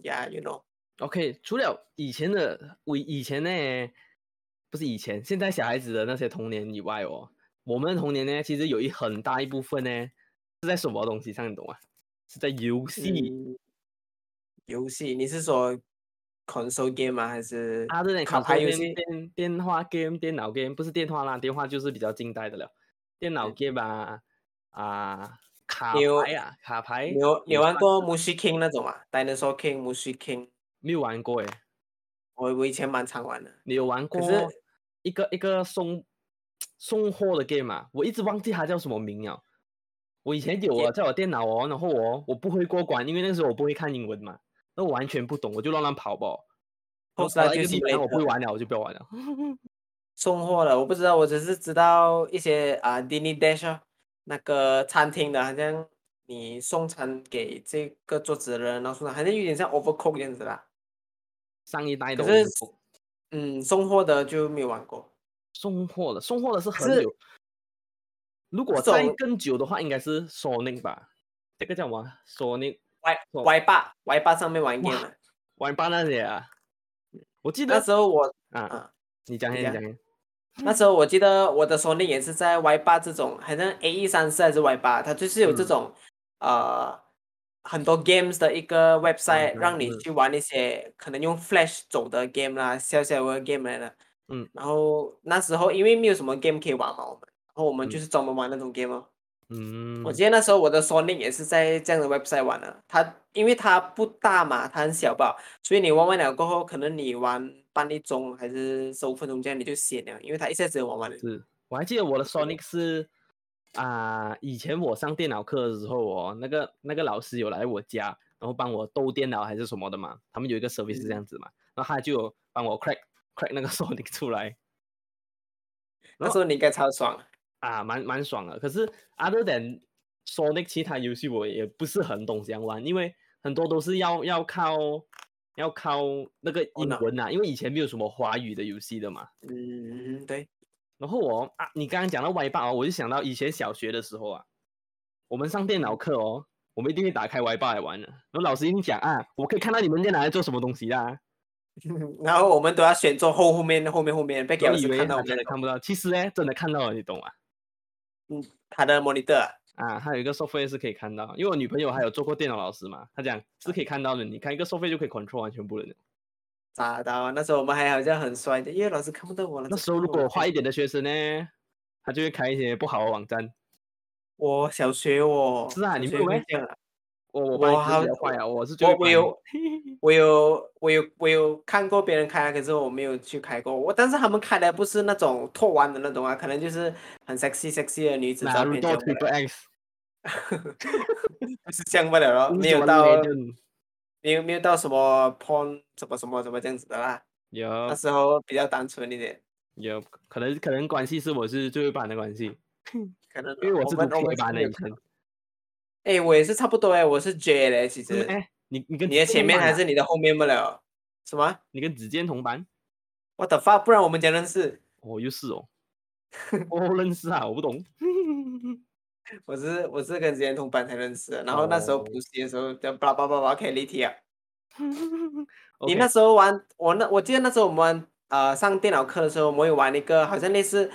Speaker 1: Yeah，you know，
Speaker 2: ，OK，除了以前的我以前呢，不是以前，现在小孩子的那些童年以外哦，我们的童年呢，其实有一很大一部分呢是在什么东西上，你懂吗？是在游戏。
Speaker 1: 嗯游戏，你是说 console game 吗？还是
Speaker 2: 他这点
Speaker 1: 卡
Speaker 2: 卡
Speaker 1: 牌
Speaker 2: 牌
Speaker 1: 游
Speaker 2: 游
Speaker 1: 戏
Speaker 2: 戏、电电话 game、电脑 game 不是电话啦，电话就是比较近代的了。电脑
Speaker 1: 嗯
Speaker 2: game 啊啊，卡
Speaker 1: 你有
Speaker 2: 牌啊，卡牌
Speaker 1: 你有你
Speaker 2: 也
Speaker 1: 玩
Speaker 2: 算
Speaker 1: 过 Mushi King 那种吗？Dinosaur King、Mushi King，
Speaker 2: 没有玩过诶？欸
Speaker 1: 我我以前蛮常玩的。
Speaker 2: 你有玩过
Speaker 1: 可是
Speaker 2: 一个一个送送货的 game 啊？我一直忘记它叫什么名了。我以前有
Speaker 1: 也
Speaker 2: 啊，在我电脑哦，然后我我不会过关，因为那时候我不会看英文嘛，那我完全不懂，我就乱乱跑吧。然后
Speaker 1: Post
Speaker 2: 跑到
Speaker 1: Life
Speaker 2: 哦一个
Speaker 1: Juicy
Speaker 2: 地方我不
Speaker 1: Later
Speaker 2: 会玩了，我就不要玩了。
Speaker 1: 送货了，我不知道，我只是知道一些啊 d i n i Dash 啊那个餐厅的，好像你送餐给这个桌子的人，然后送餐，好像有点像 Overcook 这样子啦。
Speaker 2: 上一代的
Speaker 1: 可
Speaker 2: 我们
Speaker 1: 是
Speaker 2: 就不，
Speaker 1: 嗯，送货的就没有玩过。
Speaker 2: 送货的，送货的是
Speaker 1: 可
Speaker 2: 很
Speaker 1: 是
Speaker 2: 久。如果再
Speaker 1: 送
Speaker 2: 更久的话，应该是 Sonic 吧？这个叫什么啊？Sonic
Speaker 1: 歪
Speaker 2: 哦
Speaker 1: 歪霸歪霸上面玩
Speaker 2: 哇
Speaker 1: game，的
Speaker 2: 玩吧那些啊？我记
Speaker 1: 那
Speaker 2: 得
Speaker 1: 时候我
Speaker 2: 啊，
Speaker 1: 啊，
Speaker 2: 你讲
Speaker 1: 你
Speaker 2: 先，
Speaker 1: 讲
Speaker 2: 你讲先。
Speaker 1: 那时候我记得我的 Sony 也是在 Y 八这种，好像 A 一三四还是 Y 八，它就是有这
Speaker 2: 嗯
Speaker 1: 种、呃很多 games 的一个 website，、
Speaker 2: 嗯
Speaker 1: 让你
Speaker 2: 嗯
Speaker 1: 去玩一些可能用 Flash 走的 game 啦，小小的 game 来的。
Speaker 2: 嗯，
Speaker 1: 然后那时候因为没有什么 game 可以玩嘛，我们，然后我们
Speaker 2: 嗯
Speaker 1: 就是专门玩那种 game 哦。
Speaker 2: 嗯，
Speaker 1: 我记得那时候我的 Sonic 也是在这样的 website 玩的，它因为它不大嘛，它很小吧，所以你玩完了过后，可能你玩半粒钟还是十五分钟这样你就闲了，因为它一下子就玩完了。
Speaker 2: 是，我还记得我的 Sonic 是啊、以前我上电脑课的时候哦，那个那个老师有来我家，然后帮我斗电脑还是什么的嘛，他们有一个 service 是这样子嘛，然后他就有帮我 crack crack 那个 Sonic 出来。
Speaker 1: 那时候你应该超爽了。
Speaker 2: 啊，蛮蛮爽的。可是 other than Sonic 其他游戏我也不是很懂怎样玩，因为很多都是要要靠要靠那个
Speaker 1: 头
Speaker 2: 英
Speaker 1: 脑
Speaker 2: 文啊，因为以前没有什么华语的游戏的嘛。
Speaker 1: 嗯， 对，
Speaker 2: 然后我啊，你刚刚讲到歪霸哦，我就想到以前小学的时候啊，我们上电脑课哦，我们一定会打开歪霸来玩的。然后老师一定讲啊，我可以看到你们电脑在做什么东西啦、
Speaker 1: 然后我们都要选中后后面后面后面，被给
Speaker 2: 然
Speaker 1: 老
Speaker 2: 后以
Speaker 1: 师
Speaker 2: 为
Speaker 1: 啊看到我
Speaker 2: 大
Speaker 1: 们
Speaker 2: 家
Speaker 1: 的
Speaker 2: 都看不到，其实呢，真的看到了，你懂吗？
Speaker 1: 他的 monitor 啊。
Speaker 2: 啊，它有一个收费是可以看到，因为我女朋友还有做过电脑老师嘛，她讲是可以看到的，你看一个收费就可以 control 完全部人了。
Speaker 1: 咋的啊？那时候我们还好像很帅的，因为老师看不到我了。
Speaker 2: 那时候如果坏一点的学生呢，他就会开一些不好的网站。
Speaker 1: 我小学我
Speaker 2: 是啊
Speaker 1: 小
Speaker 2: 你
Speaker 1: 学
Speaker 2: 不
Speaker 1: 会
Speaker 2: 会
Speaker 1: 这样啊。
Speaker 2: 我我
Speaker 1: 我
Speaker 2: 班
Speaker 1: 好
Speaker 2: 比较坏啊，我是最
Speaker 1: 我
Speaker 2: 会
Speaker 1: 我
Speaker 2: 帮
Speaker 1: 有 我有我有我有看过别人开啊，可是我没有去开过。我但是他们开的不是那种拓弯的那种啊，可能就是很 sexy sexy 的女子照
Speaker 2: 拿
Speaker 1: 片
Speaker 2: Rudo
Speaker 1: 这样
Speaker 2: Triple X，
Speaker 1: 不是这样不了 咯，没有到啊没有没有到什么 porn 什么什么什么这样子的啦。
Speaker 2: 有
Speaker 1: 那时候比较单纯一点，
Speaker 2: 有可能可能关系是我是最会班的关系，
Speaker 1: 可能
Speaker 2: 因为我是
Speaker 1: 我
Speaker 2: 读
Speaker 1: 们我们
Speaker 2: K 班的
Speaker 1: 没有
Speaker 2: 以前。
Speaker 1: 哎、我也是差不多哎、我是 J 嘞，其
Speaker 2: 是
Speaker 1: 实
Speaker 2: 吗哎，你你跟
Speaker 1: 你的
Speaker 2: 子健
Speaker 1: 前面
Speaker 2: 同班
Speaker 1: 还
Speaker 2: 啊
Speaker 1: 是你的后面不了？什么
Speaker 2: 你跟子健同班？
Speaker 1: ？What the fuck？不然我们讲的是，
Speaker 2: 哦，又是 哦，我认识啊，我不懂。
Speaker 1: 我是我是跟之前同班才认识的，然后那时候
Speaker 2: 哦
Speaker 1: 补习的时候叫巴拉巴拉巴拉可以立体啊。你
Speaker 2: OK
Speaker 1: 那时候玩我那我记得那时候我们呃上电脑课的时候，我们有玩一个好像类似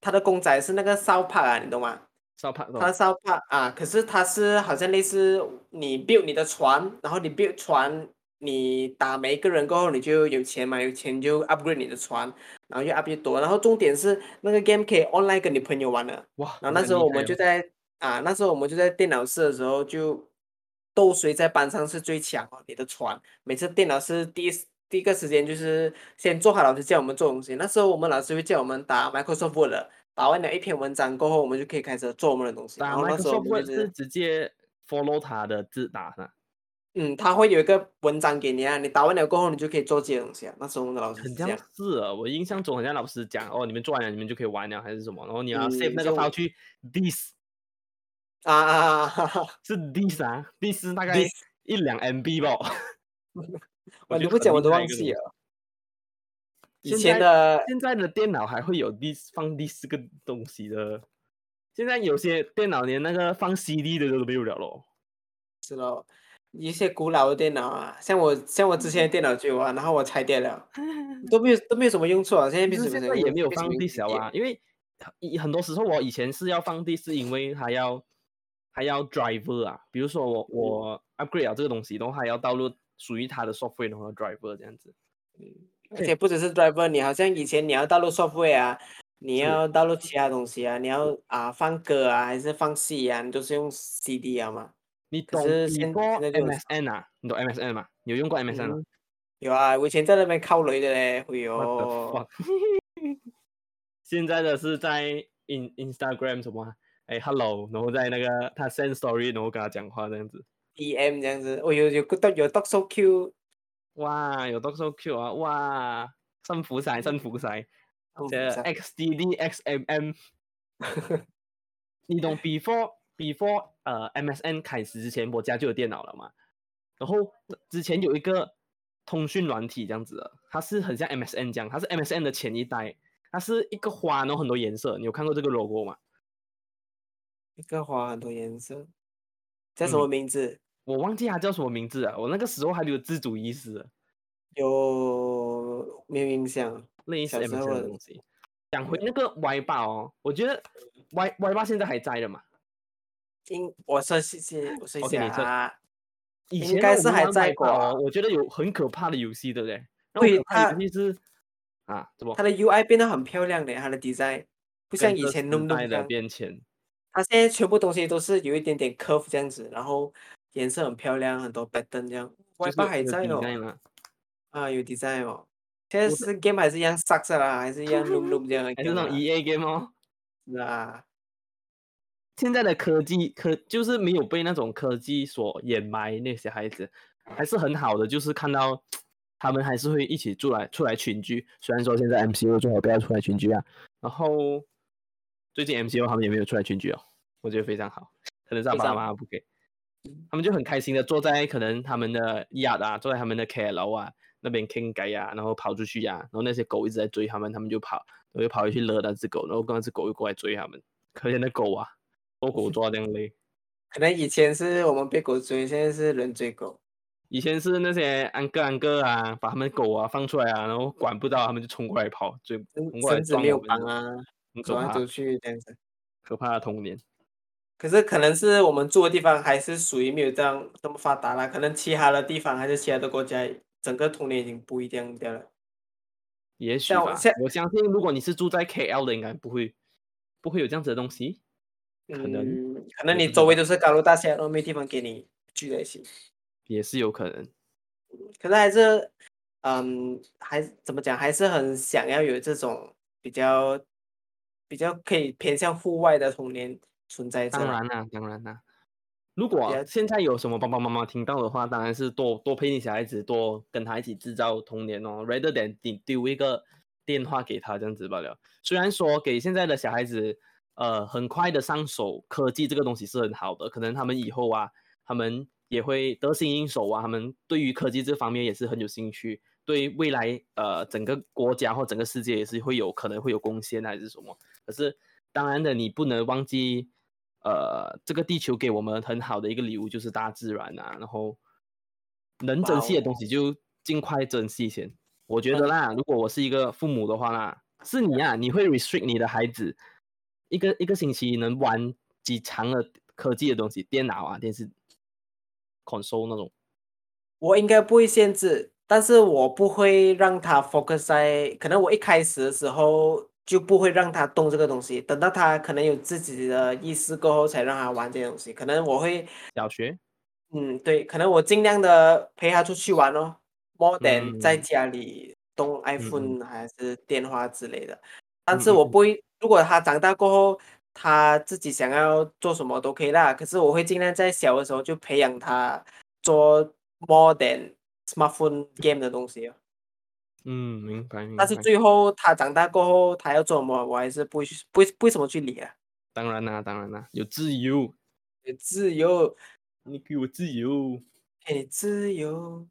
Speaker 1: 他的公仔是那个烧帕啊，你懂吗？
Speaker 2: 少帕多
Speaker 1: 它是要怕啊，可是它是好像类似你 build 你的船，然后你 build 船，你打每一个人过后你就有钱嘛，有钱就 upgrade 你的船，然后越 up 越多，然后重点是那个 game 可以 online 跟你朋友玩的，
Speaker 2: 哇！
Speaker 1: 然后那时候
Speaker 2: 哦
Speaker 1: 我们就在啊，那时候我们就在电脑室的时候就斗谁在班上是最强哦，你的船，每次电脑室第一时第一个时间就是先做好老师叫我们做东西，那时候我们老师会叫我们打 Microsoft Word 了。打完了一篇文章过后，我们就可以开始做我们的东西。然
Speaker 2: 打
Speaker 1: 后那时候我
Speaker 2: Microsoft
Speaker 1: 们
Speaker 2: Word
Speaker 1: 就是是，
Speaker 2: 直接 follow 它的字打的，
Speaker 1: 嗯，他会有一个文章给你啊，你打完了过后，你就可以做自己的东西啊。那时候我们的老师是
Speaker 2: 很
Speaker 1: 这
Speaker 2: 像
Speaker 1: 样，
Speaker 2: 是啊。我印象中，很像老师讲哦，你们做完了，你们就可以玩了，还是什么？然后你要 save
Speaker 1: 嗯
Speaker 2: 那个
Speaker 1: 就
Speaker 2: file 去 this
Speaker 1: 啊啊啊啊！
Speaker 2: 是 this 啊，this 是大概
Speaker 1: This
Speaker 2: 一两 MB 吧。
Speaker 1: 我你
Speaker 2: 觉得
Speaker 1: 不讲
Speaker 2: 很
Speaker 1: 我都
Speaker 2: 厉害
Speaker 1: 忘
Speaker 2: 一个
Speaker 1: 记
Speaker 2: 东西
Speaker 1: 了。以
Speaker 2: 以前
Speaker 1: 前的
Speaker 2: 现在的电脑还会有第放第四个东西的，现在有些电脑连那个放 CD 的都没有了咯。
Speaker 1: 是咯，一些古老的电脑啊，像我像我之前的电脑就有啊，然后我拆掉 了，都没有都没有什么用处啊，现在
Speaker 2: 就
Speaker 1: 变
Speaker 2: 是
Speaker 1: 成
Speaker 2: 现在也没有放地
Speaker 1: 小
Speaker 2: 小啊，，因为以很多时候我以前是要放地，是因为还要还要 driver 啊，比如说我
Speaker 1: 嗯
Speaker 2: 我 upgrade 了这个东西，然后还要导入属于它的 software，然后 driver 这样子。
Speaker 1: 而且不只 是 driver，你好像以前你要道路 software 啊，你
Speaker 2: 是
Speaker 1: 要道路其他东西啊，你要啊放歌啊还是放戏啊，你都是用 CD 啊嘛。
Speaker 2: 你
Speaker 1: 可
Speaker 2: 懂
Speaker 1: 是
Speaker 2: 你
Speaker 1: 现
Speaker 2: 过
Speaker 1: 现在就很少
Speaker 2: MSN 啊？你懂 MSN 吗？你有用过 MSN 吗
Speaker 1: 嗯有啊，我以前在那边靠雷的嘞，哎会
Speaker 2: What the
Speaker 1: 有
Speaker 2: fuck？现在的是在 in Instagram 什么啊？哎，hello，然后在那个他 send story，然后跟他讲话这样子。
Speaker 1: DM 这样子，哦有有有有 d o so cute，
Speaker 2: 哇，有 d o c o Q 啊！哇，幸福晒，幸福晒。
Speaker 1: 哦
Speaker 2: 这哎
Speaker 1: 是啊
Speaker 2: XDD XMM，你懂 before before 呃 MSN 开始之前，我家就有电脑了嘛。然后之前有一个通讯软体这样子的，它是很像 MSN 这样，它是 MSN 的前一代，它是一个花，然后很多颜色。你有看过这个 logo 吗？
Speaker 1: 一个花很多颜色，叫什么
Speaker 2: 嗯
Speaker 1: 名字？
Speaker 2: 我忘记它叫什么名字了，我那个时候还没有自主意识了。
Speaker 1: 有没有印象？
Speaker 2: 类似
Speaker 1: 小时
Speaker 2: M
Speaker 1: 候
Speaker 2: C 的
Speaker 1: 的
Speaker 2: 东西。讲回那个 Y 八哦，我觉得 Y Y 八现在还在的嘛，
Speaker 1: 应我说谢谢，我说一
Speaker 2: OK，
Speaker 1: 下
Speaker 2: 你说
Speaker 1: 啊，
Speaker 2: 以
Speaker 1: 应
Speaker 2: 前
Speaker 1: 该
Speaker 2: 我们
Speaker 1: 是还
Speaker 2: 玩
Speaker 1: 在
Speaker 2: Y8 哦
Speaker 1: 吧
Speaker 2: 我觉得有很可怕的游戏，对不对？那
Speaker 1: 对
Speaker 2: 种可怕
Speaker 1: 它
Speaker 2: 的游戏是啊，怎么
Speaker 1: 它的 UI 变得很漂亮的，它的 design 不像
Speaker 2: 跟
Speaker 1: 以
Speaker 2: 着
Speaker 1: 前
Speaker 2: 时
Speaker 1: 那么
Speaker 2: 代
Speaker 1: 弄
Speaker 2: 的
Speaker 1: 样，
Speaker 2: 变迁？
Speaker 1: 它现在全部东西都是有一点点 curve 这样子，然后颜色很漂亮，很多 pattern 这样。Y 八还在哦，
Speaker 2: 哦，
Speaker 1: 啊有 design 哦，现在
Speaker 2: 我
Speaker 1: 是 game 还是一样 sucks 啦，还是一样弄弄这样的
Speaker 2: 还是
Speaker 1: game
Speaker 2: 那
Speaker 1: 啦，
Speaker 2: 种 E A game 哦。
Speaker 1: 是啊，
Speaker 2: 现在的科技科就是没有被那种科技所掩埋，那些孩子还是很好的，就是看到他们还是会一起出来出来群居。虽然说现在 MCU 最好不要出来群居啊，然后最近 MCU 他们也没有出来群居哦，我觉得非常好，可能是他
Speaker 1: 非
Speaker 2: 爸
Speaker 1: 常
Speaker 2: 妈不给，他们就很开心的坐在可能他们的 yard 啊，坐在他们的 KL 啊那边 King 改呀，然后跑出去呀、啊然后那些狗一直在追他们，他们就跑，我就跑回去勒那只狗，然后那只狗又过来追他们，可怜的狗啊。做狗抓这样累。
Speaker 1: 可能以前是我们被狗追，现在是人追狗。
Speaker 2: 以前是那些安哥安哥啊，把他们狗啊放出来啊，然后管不到，他们就冲过来跑，追冲
Speaker 1: 绳
Speaker 2: 过来
Speaker 1: 绳子
Speaker 2: 撞
Speaker 1: 没有
Speaker 2: 我
Speaker 1: 绑
Speaker 2: 们，
Speaker 1: 啊，
Speaker 2: 很可
Speaker 1: 走来
Speaker 2: 怕
Speaker 1: 走，去这样子。
Speaker 2: 可怕的童年。
Speaker 1: 可是可能是我们住的地方还是属于没有这样这么发达啦，可能其他的地方还是其他的国家，整个童年已经不一样掉了。
Speaker 2: 也许
Speaker 1: 像我
Speaker 2: 吧
Speaker 1: 现，
Speaker 2: 我相信如果你是住在 KL 的，应该不会不会有这样子的东西。可能
Speaker 1: 嗯，可
Speaker 2: 我
Speaker 1: 能你
Speaker 2: 不知
Speaker 1: 周围都是高楼大厦，然后没地方给你聚在一起。
Speaker 2: 也是有可能，
Speaker 1: 可是还是，嗯，还是怎么讲，还是很想要有这种比较比较可以偏向户外的童年存在着
Speaker 2: 当
Speaker 1: 啦。
Speaker 2: 然啦、当然啦、如果
Speaker 1: 了
Speaker 2: 现在有什么爸爸妈妈听到的话，当然是多多陪你小孩子，多跟他一起制造童年哦，rather than 你丢一个电话给他这样子罢了。虽然说给现在的小孩子，呃，很快的上手科技这个东西是很好的，可能他们以后啊，他们也会得心应手啊，他们对于科技这方面也是很有兴趣，对未来呃整个国家或整个世界也是会有可能会有贡献啊还是什么。可是当然的，你不能忘记，呃，这个地球给我们很好的一个礼物就是大自然啊，然后能珍惜的东西就尽快珍惜先。我觉得啦，如果我是一个父母的话啦，是你啊，你会 restrict 你的孩子一个一个星期能玩几长的科技的东西，电脑啊、电视、console 那种。
Speaker 1: 我应该不会限制，但是我不会让他 focus 在，可能我一开始的时候就不会让他动这个东西，等到他可能有自己的意识过后才让他玩这些东西。可能我会，
Speaker 2: 小学
Speaker 1: 嗯，对，可能我尽量的陪他出去玩哦，more than 在
Speaker 2: 嗯
Speaker 1: 家里动
Speaker 2: 嗯
Speaker 1: iPhone 还是电话之类的。但
Speaker 2: 嗯
Speaker 1: 是
Speaker 2: 嗯
Speaker 1: 我
Speaker 2: 嗯
Speaker 1: 不会，如果他长大过后。他自己想要做什么都可以啦，可是我会尽量在小的时候就培养他做 more than smartphone game 的东西哦。
Speaker 2: 嗯，明白明白
Speaker 1: 但。是最后他长大过后，他要做什么，我还是不会去，不会不会怎么去理啊。
Speaker 2: 当然啦、当然啦、有自由，
Speaker 1: 有自由，
Speaker 2: 你给我自由。
Speaker 1: 给你自由。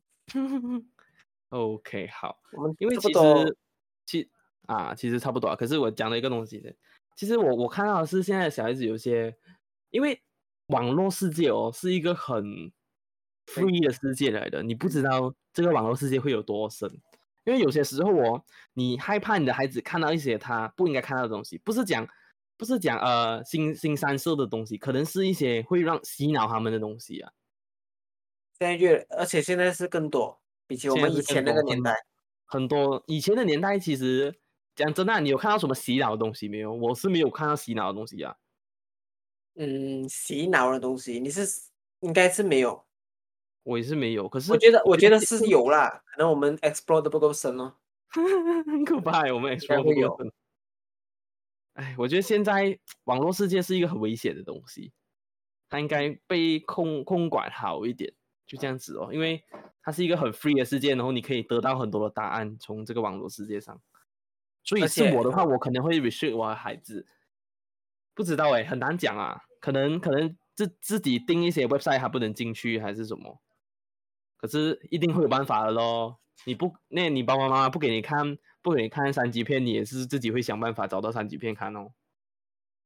Speaker 2: OK，好，
Speaker 1: 我们
Speaker 2: 因为
Speaker 1: 差不
Speaker 2: 其
Speaker 1: 多
Speaker 2: 实啊，其实差不多啊。可是我讲了一个东西，其实我我看到的是现在的小孩子有些，因为网络世界哦是一个很 free 的世界来的，你不知道这个网络世界会有多深。因为有些时候哦，你害怕你的孩子看到一些他不应该看到的东西，不是讲不是讲呃新新三色的东西，可能是一些会让洗脑他们的东西啊。
Speaker 1: 现在越，而且现在是更多，比起我
Speaker 2: 现在
Speaker 1: 们以
Speaker 2: 是更
Speaker 1: 前那个
Speaker 2: 多
Speaker 1: 年
Speaker 2: 很
Speaker 1: 代，
Speaker 2: 很多以前的年代，其实讲真的啊，你有看到什么洗脑的东西没有？我是没有看到洗脑的东西啊。
Speaker 1: 嗯，洗脑的东西，你是应该是没有。
Speaker 2: 我也是没有，可是
Speaker 1: 我觉得，我觉得
Speaker 2: 现
Speaker 1: 是有啦，可能我们 explore 的不够深哦。
Speaker 2: 很可怕欸，我们 explore
Speaker 1: 该
Speaker 2: 不
Speaker 1: 会
Speaker 2: 过
Speaker 1: 有
Speaker 2: 分。哎，我觉得现在网络世界是一个很危险的东西，它应该被控控管好一点，就这样子哦，因为它是一个很 free 的世界，然后你可以得到很多的答案从这个网络世界上。所以
Speaker 1: 而
Speaker 2: 是
Speaker 1: 且
Speaker 2: 我的话，我可能会 restrict 我的孩子，不知道哎，很难讲啊，可能可能自自己定一些 website 还不能进去还是什么，可是一定会有办法的咯。你不，那你爸爸妈妈不给你看，不给你看三级片，你也是自己会想办法找到三级片看哦。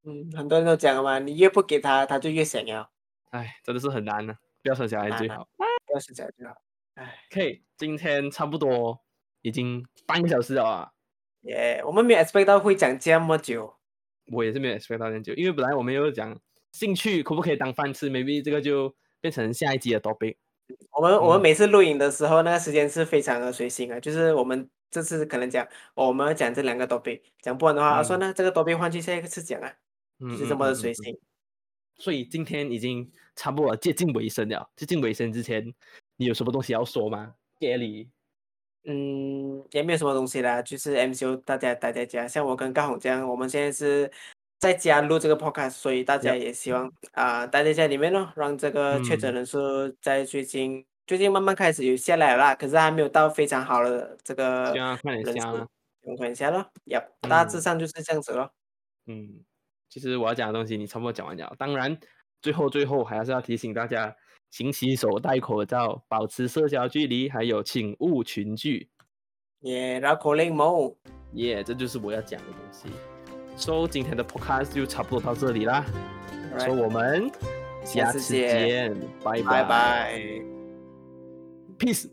Speaker 1: 嗯，很多人都讲了嘛，你越不给他，他就越想要，
Speaker 2: 哎，真的是很难呢、不要生小孩
Speaker 1: 难
Speaker 2: 最
Speaker 1: 啊
Speaker 2: 好。
Speaker 1: 不要是这样就好。哎，
Speaker 2: OK，今天差不多已经半个小时了啊，
Speaker 1: 耶，我们没有 expect 到会讲这么久。
Speaker 2: 我也是没有 expect 到这么久，因为本来我们有讲兴趣可不可以当饭吃，maybe 这个就变成下一集的 topic。
Speaker 1: 我们我们
Speaker 2: 嗯
Speaker 1: 每次录影的时候，那个时间是非常的随性的，就是我们这次可能讲，哦，我们要讲这两个 topic，讲不完的话，啊，
Speaker 2: 嗯
Speaker 1: 算了，这个 topic 换去下一次讲啊，
Speaker 2: 嗯，
Speaker 1: 就是这么的随
Speaker 2: 嗯嗯
Speaker 1: 性。
Speaker 2: 所以今天已经差不多接近尾声了，接近尾声之前，你有什么东西要说吗，Gary？
Speaker 1: 嗯，也没有什么东西啦，就是 MCU 大家待在家，像我跟高红这样，我们现在是在家录这个 podcast，所以大家
Speaker 2: Yup 嗯
Speaker 1: 也希望啊、待在家里面咯，让这个确诊人数在最近、最近慢慢开始有下来了啦，可是还没有到非常好的这个
Speaker 2: 希望快点
Speaker 1: 人
Speaker 2: 下
Speaker 1: 数
Speaker 2: 啦。
Speaker 1: 情况下咯，也、大致
Speaker 2: 嗯
Speaker 1: 上就是这样子咯。
Speaker 2: 嗯，其实我要讲的东西你差不多讲完了。当然，最后最后还是要提醒大家，勤洗手、戴口罩、保持社交距离，还有请勿群聚。
Speaker 1: 也绕口令某，
Speaker 2: 耶、这就是我要讲的东西。so, 今天的 podcast 就差不多到这里啦。所以
Speaker 1: Alright，
Speaker 2: 我们下
Speaker 1: 次
Speaker 2: 次
Speaker 1: 见
Speaker 2: 见，拜
Speaker 1: 拜拜。
Speaker 2: ，peace。